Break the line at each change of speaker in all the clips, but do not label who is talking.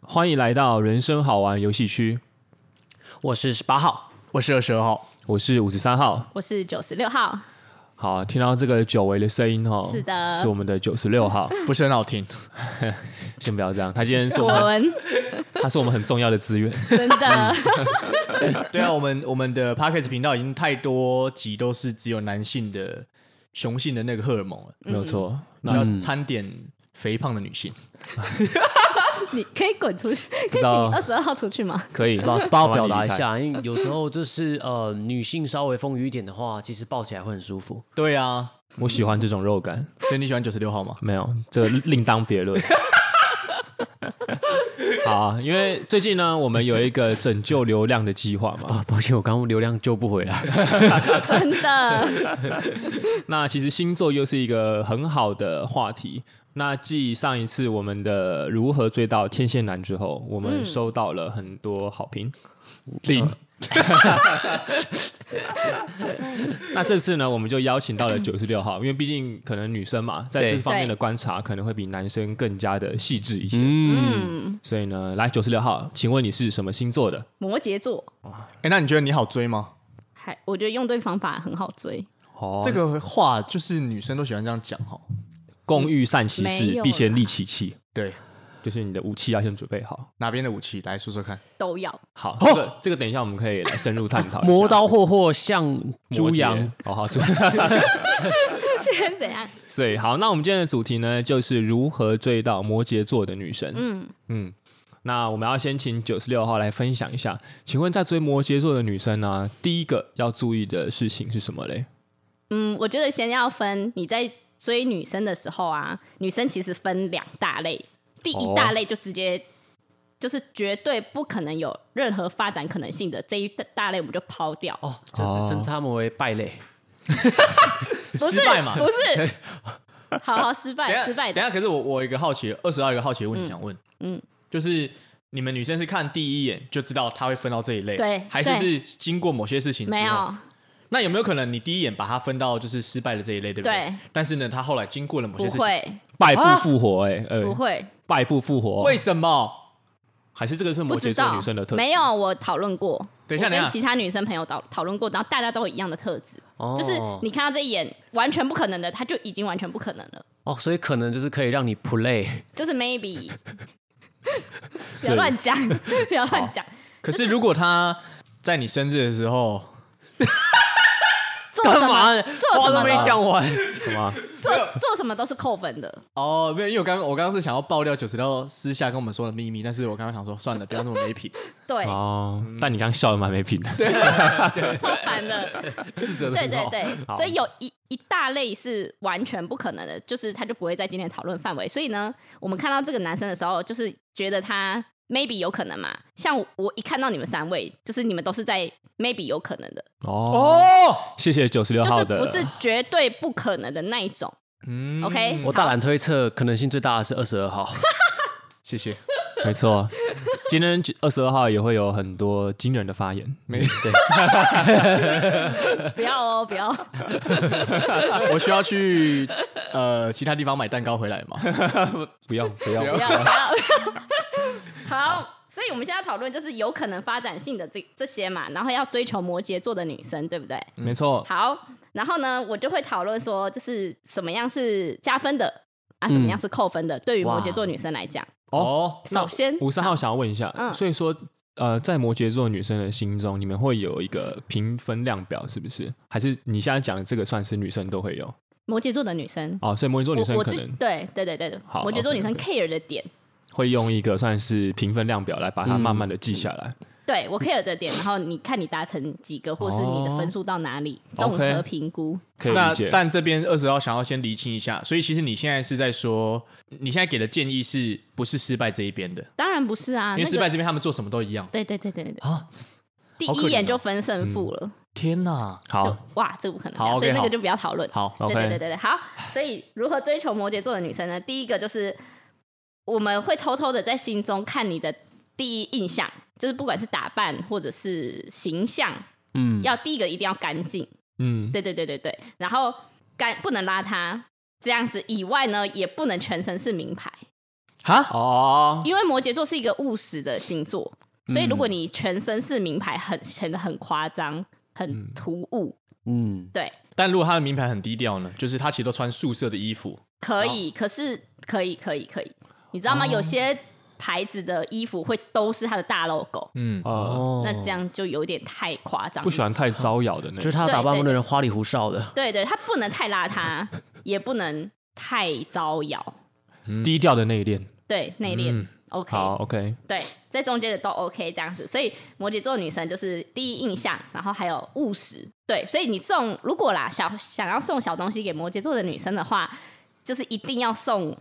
欢迎来到人生好玩游戏区，
我是十八号，
我是二十二号，
我是五十三号。
我是九十 六号，
好，听到这个久违的声音哦，
是的
是我们的九十六号。
不是很好听。
先不要这样，他今天是
我
我们，
们
他是我们很重要的资源。
真
嗯
的
对啊，我们我们的 Parkes 频道已经太多集都是只有男性的雄性的那个荷尔蒙
嗯
了，
没有错，
比
那
较餐点肥胖的女性。
你可以滚出去，可
知
以请
道
二十二号出去吗？
可以
老师帮我表达一，下，因为有时候就是呃，女性稍微丰腴一点的话，其实抱起来会很舒服。
对啊，
我喜欢这种肉感。
所以你喜欢九十六号吗？
没有，这个另当别 论。好啊，因为最近呢，我们有一个拯救流量的计划嘛。
啊，抱歉，我刚刚流量救不回来。
真的，
那其实星座又是一个很好的话题。那继上一次我们的如何追到天蝎男之后，我们收到了很多好评。
嗯
零
那这次呢，我们就邀请到了九十六号，因为毕竟可能女生嘛，在这
对
方面的观察可能会比男生更加的细致一些。
嗯，
所以呢，来九十六号，请问你是什么星座的？
摩羯座，
哎，那你觉得你好追吗？
还我觉得用对方法很好追，
哦
这个话就是女生都喜欢这样讲哈。
工欲善其
没有
事，
啦
必先利其器，
对，
就是你的武器要先准备好。
哪边的武器来说说 看？
都要
好，这个哦这个等一下我们可以来深入探讨一下。
磨刀霍霍向
摩
猪
羯
羊，，
哦好，猪。
是怎样？
所以好，那我们今天的主题呢，就是如何追到摩羯座的女神。
嗯
嗯，那我们要先请九十六号来分享一下，请问在追摩羯座的女生呢、第一个要注意的事情是什么嘞？
嗯，我觉得先要分你在追女生的时候啊，女生其实分两大类，第
哦
一大类就直接。就是绝对不可能有任何发展可能性的这一大类，我们就抛掉。
哦，就是称他们为败类。
不是
失败嘛
不 是，好好失
等一
败，
下
失败的
等一下，可是我我有一个好奇，二十二个好奇的问题想问，嗯，就是你们女生是看第一眼就知道她会分到这一类，
对
还是
对
是经过某些事情之后
没有，
那有没有可能你第一眼把它分到就是失败的这一类，对不对？
对
但是呢，他后来经过了某些事
不
情，
会，
败部复活、欸，哎、呃，
不会，
败部复活，
为什么？
还是这个是
不
摩
知
羯座
道
女生的特质？
没，有，我讨论过。
等一下
我
等一
跟
下
其他女生朋友讨讨论过，然后大家都有一样的特质，
哦，
就是你看到这一眼完全不可能的，他就已经完全不可能了，
哦，所以可能就是可以让你 play
就 是 maybe 不
所
要
以
乱讲， 不要乱讲，
可是如果他在你生日的时候，
做什么做
话
什
都
么
没
都
讲完，
什么啊？
做做什么都是扣分的，
哦，没有，因为我刚我刚刚是想要爆料九十六私下跟我们说的秘密，但是我刚刚想说算了，不要那么没品，
对，
哦，但你刚刚笑的蛮没品的。
超烦的。
是真的
对
很
对
好。
对，
好
所以有一一大类是完全不可能的，就是他就不会在今天讨论范围。所以呢，我们看到这个男生的时候，就是觉得他 maybe 有可能嘛。像我我一看到你们三位，就是你们都是在 maybe 有可能的，
哦，
哦，
谢谢九十六
就
号
是
的，
不是绝对不可能的那一种。
嗯
OK
我大胆推测，可能性最大的是二十二 号。
谢谢。
没错，今天二十二号也会有很多惊人的发言。
没
对，
不要哦，不要，
我需要去呃其他地方买蛋糕回来嘛？
不用，不
不
不
用
用，
要，不要。好，所以我们现在讨论就是有可能发展性的这这些嘛，然后要追求摩羯座的女生，对不对？
没错，
好，然后呢，我就会讨论说，就是什么样是加分的啊，什么样是扣分的。对于摩羯座女生来讲，
哦，
首先
五十号想要问一下，
嗯
所以说，呃，在摩羯座女生的心中，你们会有一个评分量表，是不是？还是你现在讲的这个算是女生都会有？
摩羯座的女生，
哦，所以摩羯座女生
我我
可
自己
能
对对对对对，
好
摩羯座女生
OK，OK
care 的点，
会用一个算是评分量表来把它
嗯
慢慢的记下来。
对我 care 的点，然后你看你达成几个，或是你的分数到哪里，综
OK
合评估。
可以
那
理解，
但这边二十号想要先厘清一下，所以其实你现在是在说，你现在给的建议是不是失败这一边的？
当然不是啊，
因为
那
失败
个
这边他们做什么都一样。
对对对对对，
哦
啊！
第
好可
一
怜
眼
哦
就分胜负了，
天哪！
就
嗯好
哇，这不可能
好
啊，所以
OK，
那
好
个就不要讨论。
好，
对对对
，OK，
对对，好。所以如何追求摩羯座的女生呢？第一个就是我们会偷偷的在心中看你的第一印象，就是不管是打扮或者是形象，
嗯，
要第一个一定要干净。
嗯，
对对对对对，然后干不能邋遢，这样子以外呢，也不能全身是名牌。
哈，
哦，嗯
因为摩羯座是一个务实的星座，所以如果你全身是名牌，很显得很夸张、很突兀，
嗯，
对，
但如果他的名牌很低调呢？就是他其实都穿素色的衣服，
可以，
哦
可是可以，可以，可以，你知道吗？有些牌子的衣服会都是它的大 logo，、
嗯，
呃，
哦
那这样就有点太夸张
不。喜欢太招摇的那
就是
种。
他的打扮
对对
不能花里胡哨的，
对对，它不能太 邋遢，也不能太招摇，
低调的内敛。
对，内敛。OK，
嗯好，OK，
对，在中间的都 OK 这样子，所以摩羯座女生就是第一印象，然后还有务实，对，所以你送如果啦小想要送小东西给摩羯座的女生的话，就是一定要送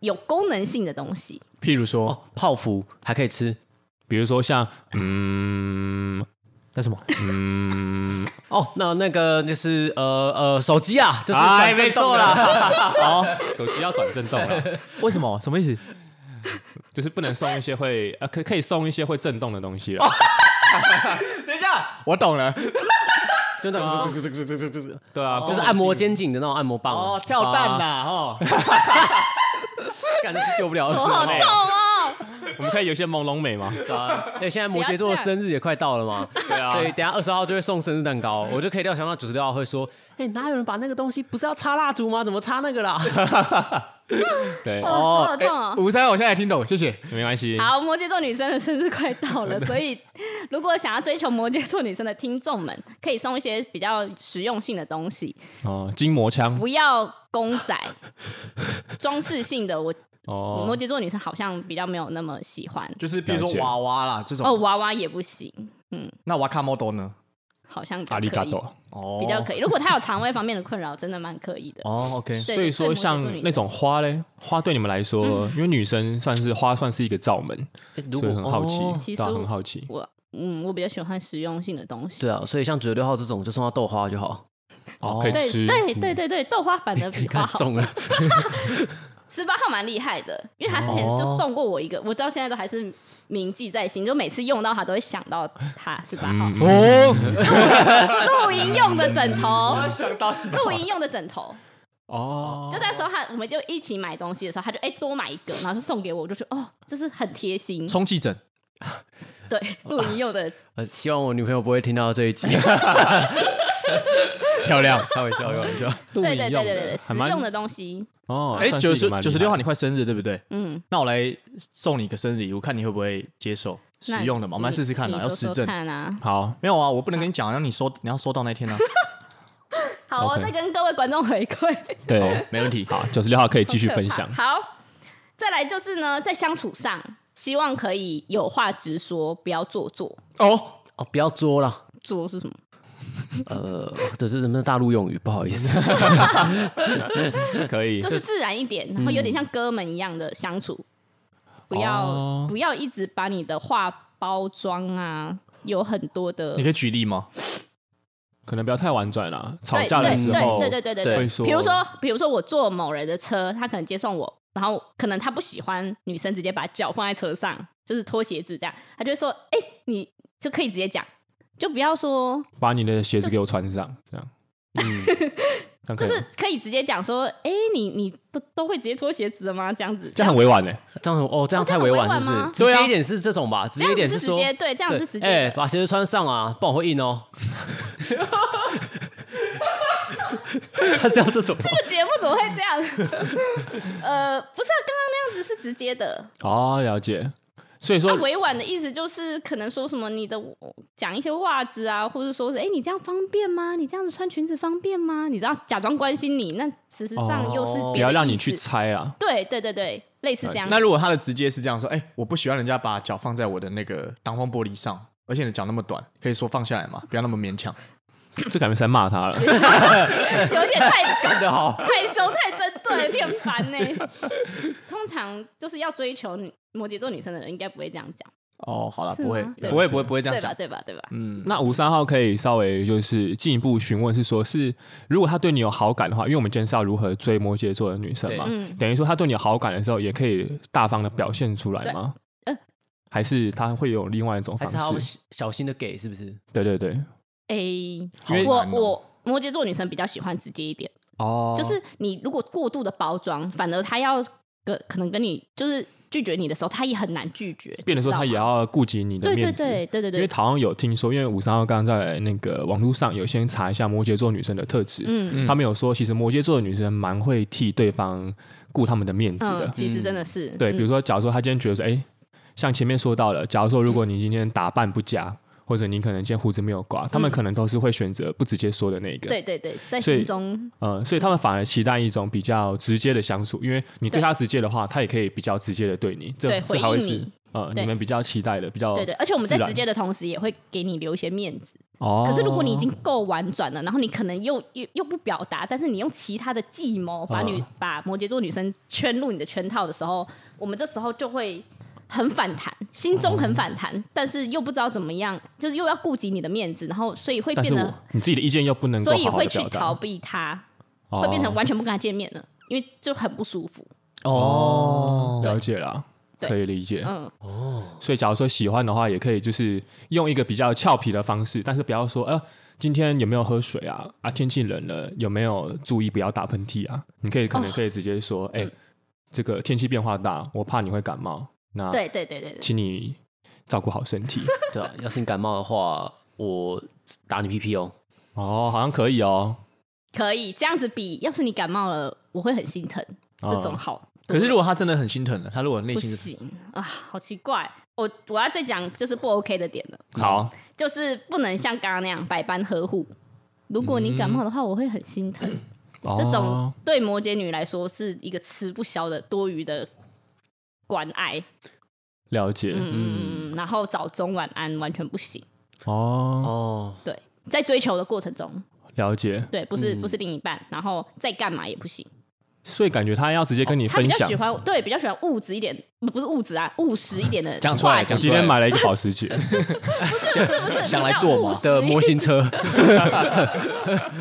有功能性的东西，
譬如说
泡芙还可以吃
比如说 像嗯
那什么，
嗯，
哦。那那个就是呃呃手机啊，就是
哎，
转震
没
动
错
的，
啦，好，手机要转震动 了，
为什么？什么意思？
就是不能送一些会啊，可可以送一些会震动的东西
哦
了。
等一下，我懂了，
就那个
对啊，
哦
哦就是按摩肩颈的那种按摩棒啊，，
哦跳蛋啦，哦，
感觉是救不了二
我
十
好
了
痛
嘞。
哦，
我们可以有一些朦胧美嘛。
啊，那现在摩羯座的生日也快到了嘛，对
啊
所以等一下二十号就会送生日蛋糕，我就可以料想到九十六号会说，哎，哪有人把那个东西不是要插蜡烛吗？怎么插那个啦？
对， 哎
哦，好痛哦。
哎五三，我现在听懂，谢谢。
没关系。
好，摩羯座女生的生日快到 了，所以如果想要追求摩羯座女生的听众们，可以送一些比较实用性的东西，
哦，筋膜枪
不要公仔，装饰性的我
哦
摩，羯座女生好像比较没有那么喜欢
就是比
了
如说
解
娃娃啦这种，
哦，娃娃也不行，
那瓦卡 model 呢？
好像比较
阿里
可
嘎
以，
多。
哦，
比较可以。如果她有肠胃方面的困扰，真的蛮可以的。
哦，OK，
对
所以说，像那种花嘞，花对你们来说，
嗯
因为女生算是花，算是一个罩门，
哎如
所以很好奇
哦，
其实
对啊
我
很好奇。
我嗯，我比较喜欢实用性的东西。
对啊，所以像九十六号这种就送到豆花就好，
哦，可以吃
对。对对对对，豆花反而比
你
花
看
好。
中了，
十八号蛮厉害的，因为他之前就送过我一个，我到现在都还是铭记在心，就每次用到它都会想到它十八号
哦，
露营用的枕头，
想到是
露营用的枕头。
哦
就那时候他，我们就一起买东西的时候，他就哎、多买一个，然后就送给我，我就觉得哦，就是很贴心。
充气枕，
对，露营用的
呃，希望我女朋友不会听到这一集，
漂亮。
开玩笑，开玩笑。
对对对对对对，
还
实
蛮
用的东西，
哦，
哎，
算是
九
一
十
个蛮厉害
九十六号你快生日对不对？
嗯，
那我来送你一个生日礼物，看你会不会接受实
那
用的嘛？我们来
你
试试看啦，
你
要
说
实
说
证。
看啊。
好，
没有啊，我不能跟你讲，让你收，你要收到那天啊。
好，我
OK
再跟各位观众回馈，
对，
没问题。
好，九十六号可以继续分享
可。怕好，再来就是呢，在相处上，希望可以有话直说，不要做作。
哦，
哦，不要作了。
作是什么？
呃，这是能不能大陆用语？不好意 思，
可以
就，是自然一点，然后有点像哥们一样的相处，不要、
哦
不要一直把你的话包装啊，有很多的
你可以举例吗？
可能不要太婉转了。吵
对
架的
对
时候，
对对对对对
会
对，
说
比如说比如说我坐某人的车，他可能接送我，然后可能他不喜欢女生直接把脚放在车上，就是脱鞋子这样，他就会说，哎、你就可以直接讲，就不要说，
把你的鞋子给我穿上，这 样。嗯，这样可
就
以
是
吗
可以直接讲说，哎、你你都都会直接脱鞋子的吗？这样子，
这样很委婉呢。
这样很哦，这样
哦这
太
样很
委
委
婉是
婉
不是
吗？
直
对啊
接一点是这种吧，
这
直接一
样
点
子是直
说，
接对，这样
对
是直接
哎，
的。
把鞋子穿上啊，不然我会硬哦。他是要这种吗
这个节目怎么会这样？ 呃，不是啊，刚刚那样子是直接的，
哦，了解。所以
他、
说，
委婉的意思就是可能说什么你的讲一些袜子啊，或者说是哎、诶你这样方便吗？你这样子穿裙子方便吗？你知道假装关心你，那事实上又是别的意思、
哦不要让你去猜啊。
对对对对，类似这样。
那如果他的直接是这样说，哎，我不喜欢人家把脚放在我的那个挡风玻璃上，而且你脚那么短，可以说放下来嘛，不要那么勉强。
这感觉是在骂他了。
有点太，
干得好
太凶太针对，你很烦呢、 通常就是要追求女摩羯座女生的人，应该不会这样讲，
哦，好了，
是
不会
吗，对
不会，不会，不会这样
对吧？
讲。嗯
对吧？对吧？
那五三号可以稍微就是进一步询问，是说是如果他对你有好感的话，因为我们今天是要如何追摩羯座的女生嘛，
对
嗯
等于说他对你有好感的时候，也可以大方的表现出来吗？
对呃
还是他会有另外一种
还
方
是他要
式？
小小心的给，是不是？
对对对，
哎、
因为
我我摩羯座女生比较喜欢直接一点。
哦
就是你如果过度的包装，反而他要跟可能跟你就是拒绝你的时候，他也很难拒绝。
变得说
你知道
他也
吗
要顾及你的
对对
面子。
对对对
因为
对，
好像有听说，因为五三号刚刚在那个网络上有先查一下摩羯座女生的特质，
嗯
他们有说，其实摩羯座的女生蛮会替对方顾他们的面子的。
嗯，其实真的是
对，比如
说
说，假如说她今天觉得说，哎、像前面说到了，假如说如果你今天打扮不佳，或者你可能今天胡子没有刮，他们可能都是会选择不直接说的那个。
嗯对对对，在
所以
心中
呃，所以他们反而期待一种比较直接的相处，因为你对
对
他直接的话，他也可以比较直接的对你，这
对
这
回
还会
应
是
你。
呃
对
你们比较期待的，比较
对对，而且我们在
哦自然
直接的同时，也会给你留一些面子。
哦。
可是如果你已经够婉转了，然后你可能又又又不表达，但是你用其他的计谋把女、
嗯
把摩羯座女生圈入你的圈套的时候，我们这时候就会很反弹，心中很反
嗯
弹，但是又不知道怎么样，就是又要顾及你的面子，然后所以会
但
变
是
得
我，你自己的意见又不能够
所以
好好
会
的
去
表
逃
达，
避他，
哦
会变成完全不跟他见面了，因为就很不舒服。
哦，了解了，
对
可以理解。
嗯，
所以假如说喜欢的话，也可以就是用一个比较俏皮的方式，但是不要说呃。今天有没有喝水啊？啊，天气冷了，有没有注意不要打喷嚏啊？你可以可能
哦
可以直接说，哎、
嗯
这个天气变化大，我怕你会感冒。那
对对对对对，
请你照顾好身 体。
对啊，要是你感冒的话，我打你屁屁哦。
哦，好像可以哦。
可以这样子比，要是你感冒了，我会很心疼，
嗯
这种好。
可是如果他真的很心疼了，他如果内
不
心是
行啊，好奇怪！我我要再讲就是不 OK 的点了，
好，
就是不能像刚刚那样百般呵护。如果你感冒的话，
嗯
我会很心疼。
哦、
这种对摩羯女来说是一个吃不消的多余的关爱，
了解、
嗯，然后早中晚安完全不行。
哦，
哦，
对，在追求的过程中，
了解。
对，不是、
嗯
不是另一半，然后再干嘛也不行。
所以感觉他要直接跟你
他比
分
较
享
喜，欢，对，比较喜欢物质一点，不不是物质啊，务实一点的
讲出来
话题
讲出
今
来
天买了一个保时捷，
不是不是
想
比
来
较
做
务
嘛
实
的
一点
模型车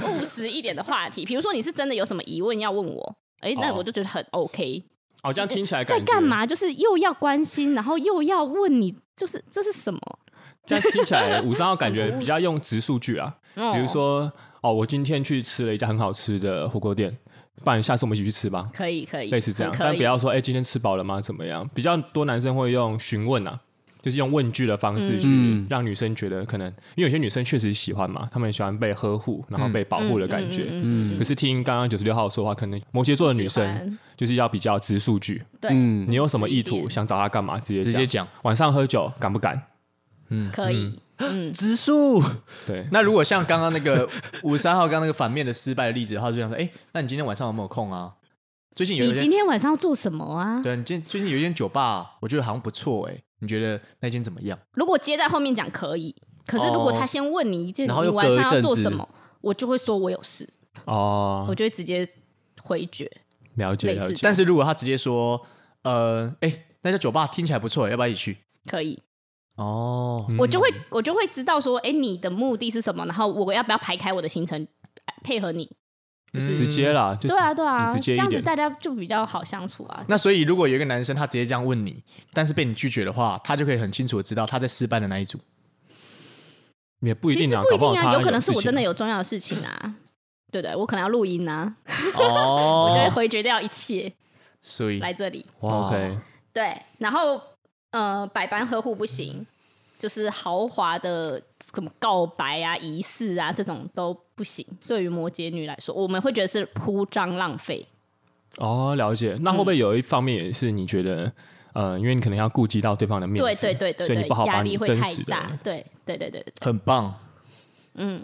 务实一点的话题，比 如说你是真的有什么疑问要问我，哎、那
哦
我就觉得很 OK。
哦，这样听起来感
在
觉
干？嘛？就是又要关心，然后又要问你，就是这是什么？
这样听起 来五三号感觉比较用直数据啊，
哦
比如说哦，我今天去吃了一家很好吃的火锅店，不然下次我们一起去吃吧，
可以可以，
类似这样。
嗯很可
但
以
不要说哎、今天吃饱了吗？怎么样？比较多男生会用询问啊。就是用问句的方式去
嗯
让女生觉得可能，因为有些女生确实喜欢嘛，她们喜欢被呵护，然后被保护的感觉。
嗯
可是听刚刚九十六号说的话，可能摩羯座的女
喜
生
欢
就是要比较直数据，
对，
嗯
你有什么意
直一
图，
点
想找她干嘛，直接
直接讲。
晚上喝酒敢不敢？
可以，嗯，
植树。
对，
那如果像刚刚那个五十三号刚刚那个反面的失败的例子的话，就想说，哎、那你今天晚上有没有空啊？最近有一
你
间
今天晚上要做什么啊？
对，你今最近有一间酒吧，我觉得好像不错哎、你觉得那间怎么样？
如果接在后面讲可以，可是如果他先问你一件，
然后
你
又
晚
隔一
上要
阵
做
子
什么，我就会说我有事，
哦
我，就会直接回绝。
了解
类似
了解。
但是如果他直接说，呃，哎、那家酒吧听起来不错、要不要一起去？
可以，
哦，
嗯
我就会我就会知道说，哎、你的目的是什么，然后我要不要排开我的行程呃配合你？
直接啦，就是
对啊，对啊，
你直接一
这样子
点。
大家就比较好相处啊。
那所以如果有一个男生他直接这样问你，但是被你拒绝的话，他就可以很清楚的知道他在失败的那一组。
也不一
其
定
实
啊，
不
搞
一
不好
定
他
啊，有可能是我
事情
真的有重要的事情啊， 对不对？我可能要录音啊，我就会
哦，
回绝掉一切
所以
来这里。
哇
OK，
对，然后呃，百般呵护不行，就是豪华的什么告白啊、仪式啊这种都不行。对于摩羯女来说，我们会觉得是铺张浪费。
哦，了解。
嗯
那会不会有一方面也是你觉得，呃，因为你可能要顾及到对方的面
对
子，
对对对
所以你
对
不好，把
压
你
力会
真
太
实的。
大。对对对对对，
很棒。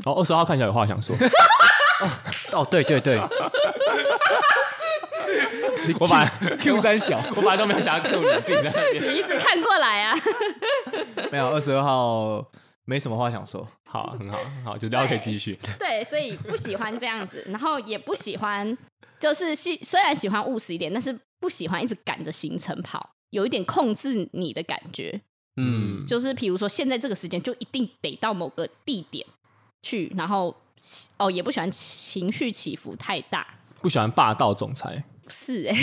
哦，二十号看起来有话 想说，
哦，对对对，
我把 Q 三小，我本来都没有想要 Q 你，自己在那边。
你一直看过来啊。
没有，二十二号没什么话想说。
好，很好，好，就大家可以继续。
对，所以不喜欢这样子，然后也不喜欢，就是喜虽然喜欢务实一点，但是不喜欢一直赶着行程跑，有一点控制你的感觉。
嗯，
就是比如说现在这个时间就一定得到某个地点去，然后哦也不喜欢情绪起伏太大，
不喜欢霸道总裁，
是哎、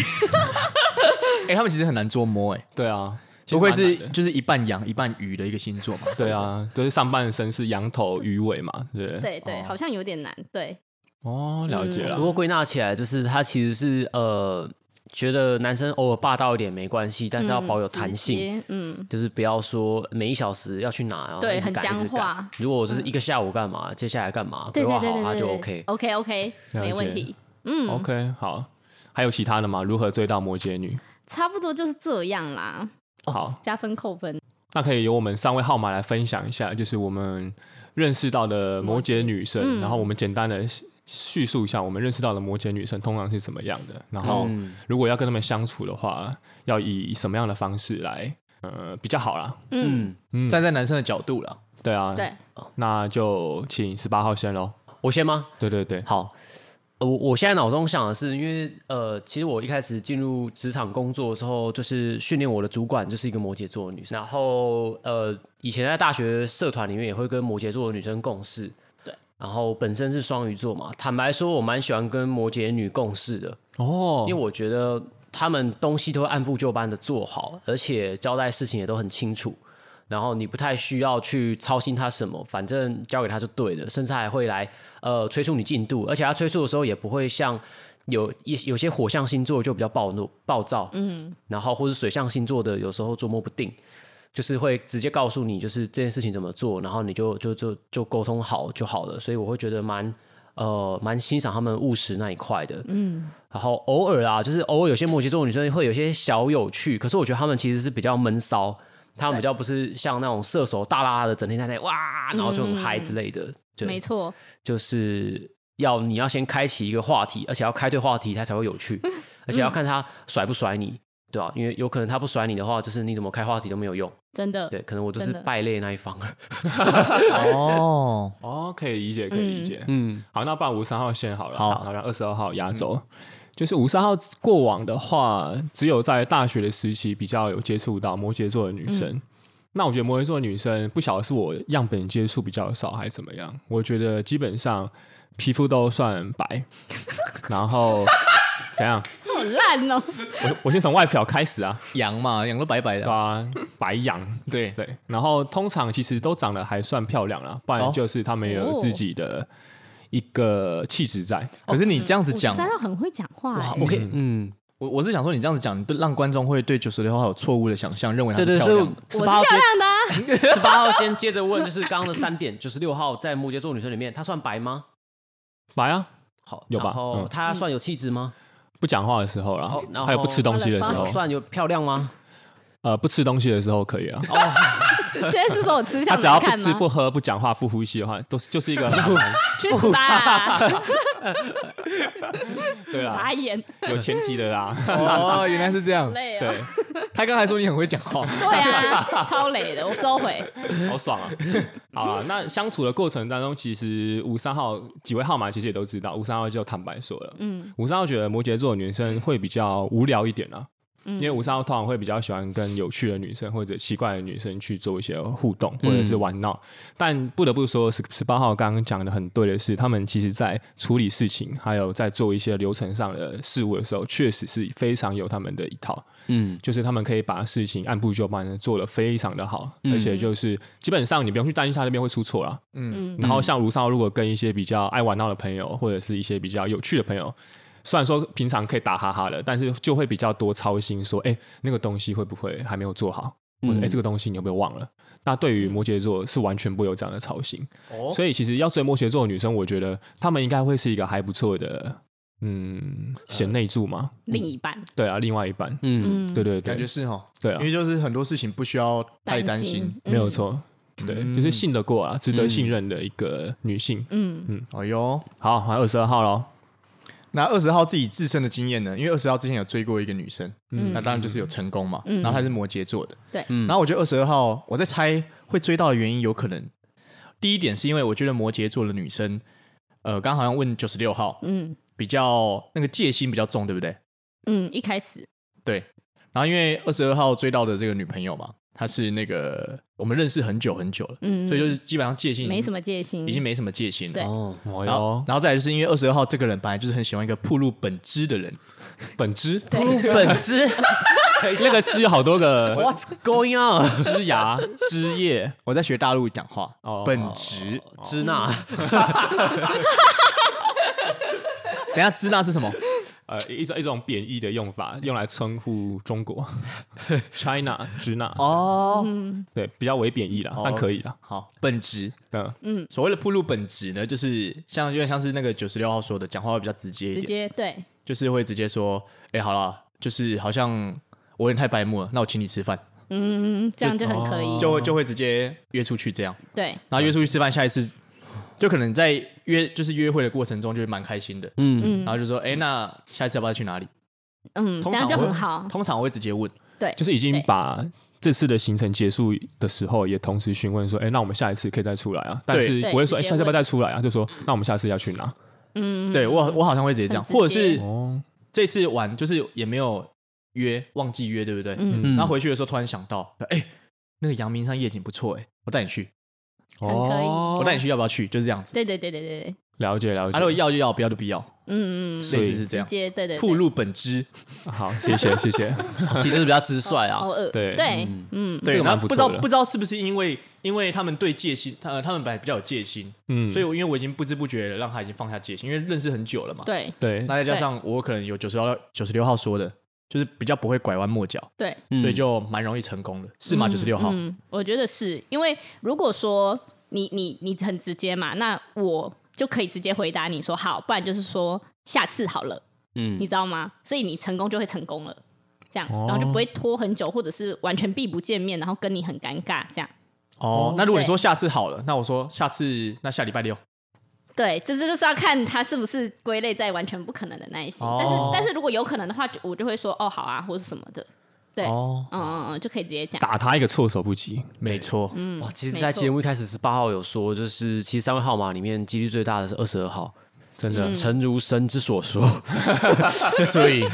哎、他们其实很难捉摸哎、
对啊，
不愧
其实蛮
是
难的
就是一半羊一半鱼的一个星座嘛。
对啊，就是上半身是羊头鱼尾嘛，对不对？
对对，好像有点难，对
哦，了解了
不。过归纳起来，就是他其实是呃，觉得男生偶尔霸道一点没关系，但是要保有弹性。
直接，嗯，
就是不要说每一小时要去哪，然后
对
一直
很
改
僵
一直改
化嗯
如果我就是一个下午干嘛，接下来干嘛，规
对
划
对对
好，
对
他
对
就
对
OK。
OK OK，没问题，
嗯 OK，好，还有其他的吗？如何追到摩羯女？
差不多就是这样啦，
好，
加分扣分。
那可以由我们三位号码来分享一下，就是我们认识到的摩羯嗯女生，然后我们简单的叙述一下我们认识到的摩羯女生通常是怎么样的，然后如果要跟她们相处的话，要以什么样的方式来，呃，比较好啦。
嗯，
站在男生的角度了，
对啊，
对，
那就请十八号先喽。
我先吗？
对对对，
好，呃我我现在脑中想的是，因为呃，其实我一开始进入职场工作的时候，就是训练我的主管就是一个摩羯座的女生，然后呃，以前在大学社团里面也会跟摩羯座的女生共事，
对，
然后本身是双鱼座嘛，坦白说，我蛮喜欢跟摩羯女共事的，
哦
因为我觉得他们东西都会按部就班的做好，而且交代事情也都很清楚。然后你不太需要去操心他什么，反正交给他就对的，甚至还会来呃催促你进度，而且他催促的时候也不会像有一有些火象星座就比较暴怒暴躁，嗯，然后或是水象星座的有时候捉摸不定，就是会直接告诉你就是这件事情怎么做，然后你就就就就沟通好就好了，所以我会觉得蛮呃蛮欣赏他们务实那一块的，然后偶尔啊，就是偶尔有些摩羯座女生会有些小有趣，可是我觉得她们其实是比较闷骚，她们比较不是像那种射手大拉拉的整天在那里哇，然后就很嗨之类的。
嗯
就
没错，
就是要你要先开启一个话题，而且要开对话题，它才会有趣，而且要看他甩不甩你，对吧、因为有可能他不甩你的话，就是你怎么开话题都没有用。
真的，
对，可能我就是
真的
败类那 一方。
哦，
哦，可以理解，可以理解。
嗯，
好，那不然五十三号先好了，
好
好，让二十二号压轴。就是五十号过往的话，只有在大学的时期比较有接触到摩羯座的女生。那我觉得摩羯座的女生，不晓得是我样本接触比较少还是怎么样，我觉得基本上皮肤都算白，然后怎样？
好烂哦，
我我先从外表开始啊，
羊嘛，羊都白白
对
的，
啊，白羊，
对，
对，啊然后通常其实都长得还算漂亮啦，不然
哦
就是他们有自己的一个气质在。
可是你这样子讲，啊
三号很会讲话欸，
我可以，嗯，
我我是想说，你这样子讲，你不让观众会对九十六号有错误的想象，认为她
对
是
对，
漂
所
亮的。
我是
以十八号
漂
接
亮的啊，
十八号先接着问，就是刚刚的三点，九十六号在摩羯座女生里面，她算白吗？
白啊，
好，
有吧
然后
嗯
她算有气质吗？
不讲话的时候啦
哦然，后
还有不吃东西的时
嗯
候，
算有漂亮吗？
呃，不吃东西的时候可以啊。
哦
哦
现在是说我吃
他
相
只要
难
不
看
吃、
吗？
不喝、不讲话、不呼吸的话，都是就是一 个很
去死吧，
对啦
傻，眼，
有前提的 啦。
哦，原来是这样。
累哦
对，，啊
他刚才说你很会讲话，
对啊，超累的，我收回，
好爽啊！好了，那相处的过程当中，其实五三号几位号码其实也都知道，五三号就坦白说了，嗯，五三号觉得摩羯座的女生会比较无聊一点啊，因为五三号通常会比较喜欢跟有趣的女生或者奇怪的女生去做一些互动或者是玩闹。但不得不说，十十八号刚刚讲的很对的是，他们其实在处理事情还有在做一些流程上的事物的时候，确实是非常有他们的一套。就是他们可以把事情按部就班的做得非常的好，而且就是基本上你不用去担心他那边会出错啦。嗯，然后像卢少如果跟一些比较爱玩闹的朋友，或者是一些比较有趣的朋友。虽然说平常可以打哈哈的，但是就会比较多操心说，哎、那个东西会不会还没有做好，
嗯
或者哎、诶这个东西你有没有忘了？那对于摩羯座是完全不会有这样的操心，
嗯
哦
所以其实要追摩羯座的女生，我觉得她们应该会是一个还不错的，嗯，贤内助嘛，
呃另一半，
对啊，另外一半，
嗯，
嗯，
对对对，
感觉是哦，
对啊
因为就是很多事情不需要太担心。，
嗯
没有，错，
嗯
对，就是信得过啊，值得信任的一个女性。
嗯，
哎呦，
好，还有二十二号喽，
那二十号自己自身的经验呢？因为二十号之前有追过一个女生，
嗯
嗯
那当然就是有成功嘛。然后她是摩羯座的，
对
然后我觉得二十二号，我在猜会追到的原因，有可能第一点是因为我觉得摩羯座的女生，呃，刚刚好像问九十六号，
嗯
比较那个戒心比较重，对不对？
嗯，一开始
对。然后因为二十二号追到的这个女朋友嘛，她是那个我们认识很久很久了，
嗯
所以就是基本上戒心已经
没什么戒心，
嗯已经没什么戒心了。
对
哦，
哦
然后
哟，，
然后再来就是因为二十二号这个人本来就是很喜欢一个暴露本质的人，
本 枝，
铺路本枝
那个枝有好多个
，What's going on？
枝 芽、枝叶，
我在学大陆讲话，
哦
本质。
支那
等一下支那是什么？
呃一种一种贬义的用法，用来称呼中国 China 支那，
哦，
对，比较为贬义啦，但可以啦。
好，本质。
嗯，
所谓的铺路本质呢，就是像有点像是那个九十六号说的，讲话会比较直接一
直
点，
接对，
就是会直接说，哎、好了，就是好像我有点太白目了，那我请你吃饭，
嗯，这样就很可以，
哦
就会就会直接约出去这样，
对，
然后约出去吃饭，下一次就可能在约就是约会的过程中就会蛮开心的，
嗯，
嗯
然后就说，哎、那下一次要不要去哪里？
嗯，这
通
样
常
就
会
很好，
通常我会直接问，
对，
就是已经
对
把这次的行程结束的时候，也同时询问说，哎、那我们下一次可以再出来啊？但是
对
不会说，哎、
直接
下次要不要再出来啊？就说，那我们下次要去哪？
嗯，
对我我好像会直接这样，
很直接
或者是
哦，
这次玩就是也没有约，忘记约，对不对？
嗯，
嗯
然后回去的时候突然想到，哎、那个阳明山夜景不错，哎，我带你去，
很可以
我带你去，要不要去？就是这样子。
哦对对对对对对，
哦了解了
他如果
解。
要就要，不要就不要，
嗯嗯，
是
类似是这
直
样。
接对对，对
铺路本质，
好，谢谢谢谢。
其实比较直率啊
好，恶，
对
对，嗯，
这
哦
个
对，然
蛮
后
不错
不知道
的
不知道是不是因为因为他们对戒心，他呃他们本来比较有戒心，
嗯，
所以我因为我已经不知不觉地让他已经放下戒心，因为认识很久了嘛。
对
对
那再加上我可能有九十六九十六号说的，就是比较不会拐弯抹角，
对，
嗯
所以就蛮容易成功的，是吗？
嗯
九十六号，
嗯，我觉得是因为如果说你你你很直接嘛，那我就可以直接回答你说好，不然就是说下次好了，
嗯
你知道吗？所以你成功就会成功了，这样，
哦
然后就不会拖很久，或者是完全避不见面，然后跟你很尴尬这样。
哦，那如果你
嗯对
说下次好了，那我说下次那下礼拜六，
对，这这就是要看他是不是归类在完全不可能的那一型，
哦
但是但是如果有可能的话，就我就会说哦好啊，或是什么的，对，
哦，
嗯嗯嗯，就可以直接讲，嗯
打他一个措手不及。
没错，
嗯哇，其实，
没
在
错
节目一开始，十八号有说，就是其实三位号码里面几率最大的是二十二号，
真的，
诚如神之所说，
所以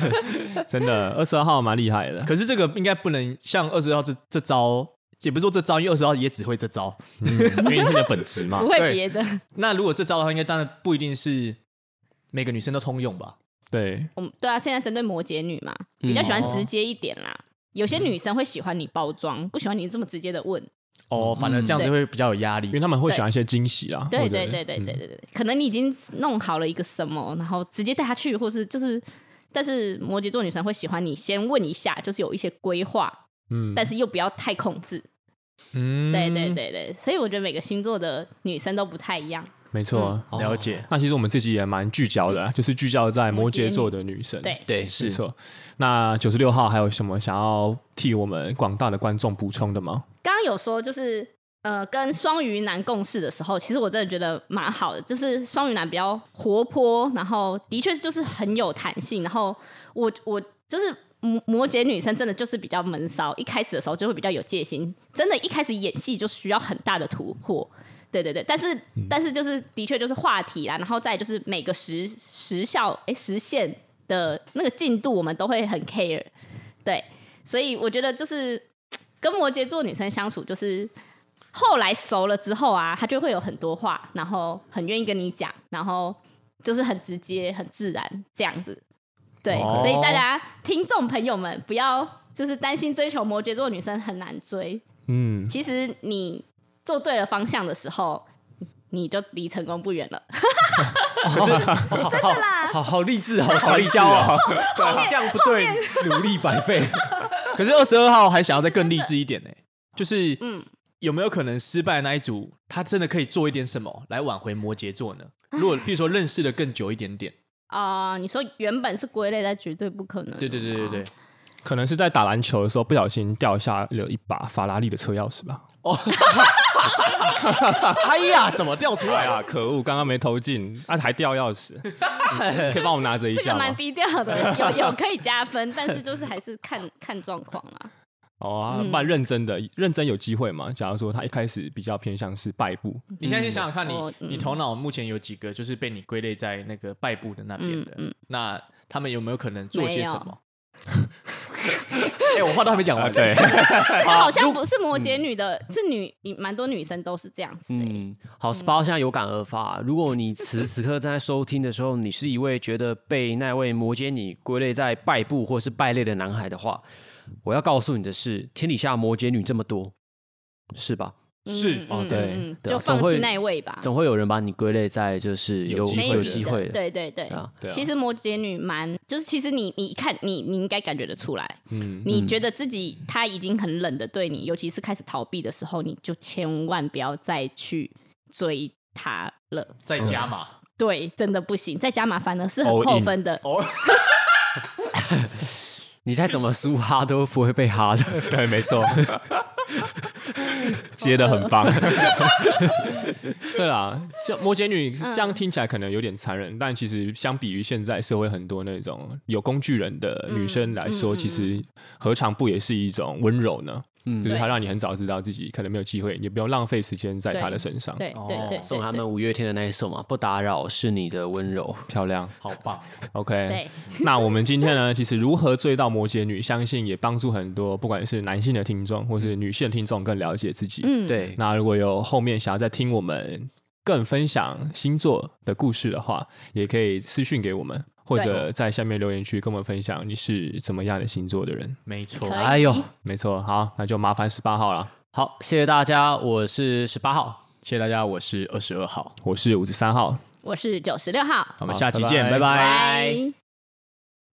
真的，二十二号蛮厉害的，
可是这个应该不能像二十号这这招，也不是说这招，因为二十号也只会这招。
嗯因为你的本质嘛
不。会
对
别的，
那如果这招的话，应该当然不一定是每个女生都通用吧？
对，
我们对啊，现在针对摩羯女嘛，比较喜欢直接一点啦。有些女生会喜欢你包装，不喜欢你这么直接的问。
哦，反而这样子会比较有压力
嗯因为。他们会喜欢一些惊喜啊。
对
或者
对对对对对对，可能你已经弄好了一个什么，然后直接带她去，或是就是，但是摩羯座女生会喜欢你先问一下，就是有一些规划，
嗯，
但是又不要太控制。
嗯，
对对对对，所以我觉得每个星座的女生都不太一样。
没错。
嗯
哦，了解。
那其实我们这集也蛮聚焦的啊，就是聚焦在摩羯座的女生。
对，
对，
没错。那九十六号还有什么想要替我们广大的观众补充的吗？
刚刚有说就是呃，跟双鱼男共事的时候，其实我真的觉得蛮好的，就是双鱼男比较活泼，然后的确就是很有弹性，然后我我就是。摩摩羯女生真的就是比较闷骚，一开始的时候就会比较有戒心，真的，一开始演戏就需要很大的突破，对对对，但是、但是就是的确就是话题啦，然后再来就是每个时时效哎时限的那个进度，我们都会很 care，对，所以我觉得就是跟摩羯座女生相处，就是后来熟了之后啊，她就会有很多话，然后很愿意跟你讲，然后就是很直接、很自然这样子。对，
哦
所以大家听众朋友们不要就是担心追求摩羯座女生很难追，
嗯，
其实你做对了方向的时候，你就离成功不远了。
好好好好励志，好传销啊， 方向不对，努力白费。
可是二十二号还想要再更励志一点呢，就是
嗯
有没有可能失败的那一组，他真的可以做一点什么来挽回摩羯座呢？如果譬如说认识的更久一点点，
啊、你说原本是归类，但绝对不可能。
对对对对对，
可能是在打篮球的时候不小心掉下了一把法拉利的车钥匙吧。
哎呀，怎么掉出来
哎
啊
呀，？可恶，刚刚没投进，啊，还掉钥 匙，嗯 可以帮我拿着一
这
下
个蛮
吗？
低调的，有有可以加分，但是就是还是看看状况啦。
哦，啊不
嗯
然认真的，认真有机会嘛？假如说他一开始比较偏向是败部，
嗯
你现在先想想看你，
我
你
嗯
头脑目前有几个就是被你归类在那个败部的那边的？
嗯
那他们有没有可能做些什
没
么？ 哎、我话都还没讲完。
啊，对，
这个好像不是摩羯女的，是女，蛮多女生都是这样子的。
嗯，好十八号现在有感而发。
嗯
如果你此时此刻正在收听的时候，你是一位觉得被那位摩羯女归类在败部或是败类的男孩的话，我要告诉你的是，天底下摩羯女这么多，是吧？
是
哦对
嗯
对
就
啊总
放
会
弃那一位吧。
总会有人把你归类在就是
啊有
有
机
没
会
有
的
机会的。
对对对。
啊
对啊
其实摩羯女蛮，就是其实你你一看你你应该感觉得出来，
嗯，
你觉得自己他已经很冷的对你，尤其是开始逃避的时候，你就千万不要再去追他了。
再加码，
对，真的不行，再加码反而是
All
很
in
扣分的。
你再怎么输哈都不会被 哈的。
对，没错，接的很棒。 对啦，就摩羯女
嗯
这样听起来可能有点残忍，但其实相比于现在社会很多那种有工具人的女生
嗯
来说，其实何尝不也是一种温柔呢？嗯，就是她
对
让你很早知道自己可能没有机会，也不用浪费时间在她的身上。
对对对对，
送他
对
们五月天的那一首嘛，不打扰是你的温柔。
漂亮
好棒！
，OK。
对
那我们今天呢，其实如何追到摩羯女，相信也帮助很多，不管是男性的听众或是女性的听众，更了解自己。
嗯
对，
那如果有后面想要再听我们更分享星座的故事的话，也可以私讯给我们，或者在下面留言区跟我们分享你是怎么样的星座的人。
没错
可以
哎呦，
没错，好，那就麻烦十八号了。
好，谢谢大家，我是十八号，
谢谢大家，我是二十二号，
我是五十三号，
我是九十六号，
我们下期
好拜
见，
拜
拜拜
拜。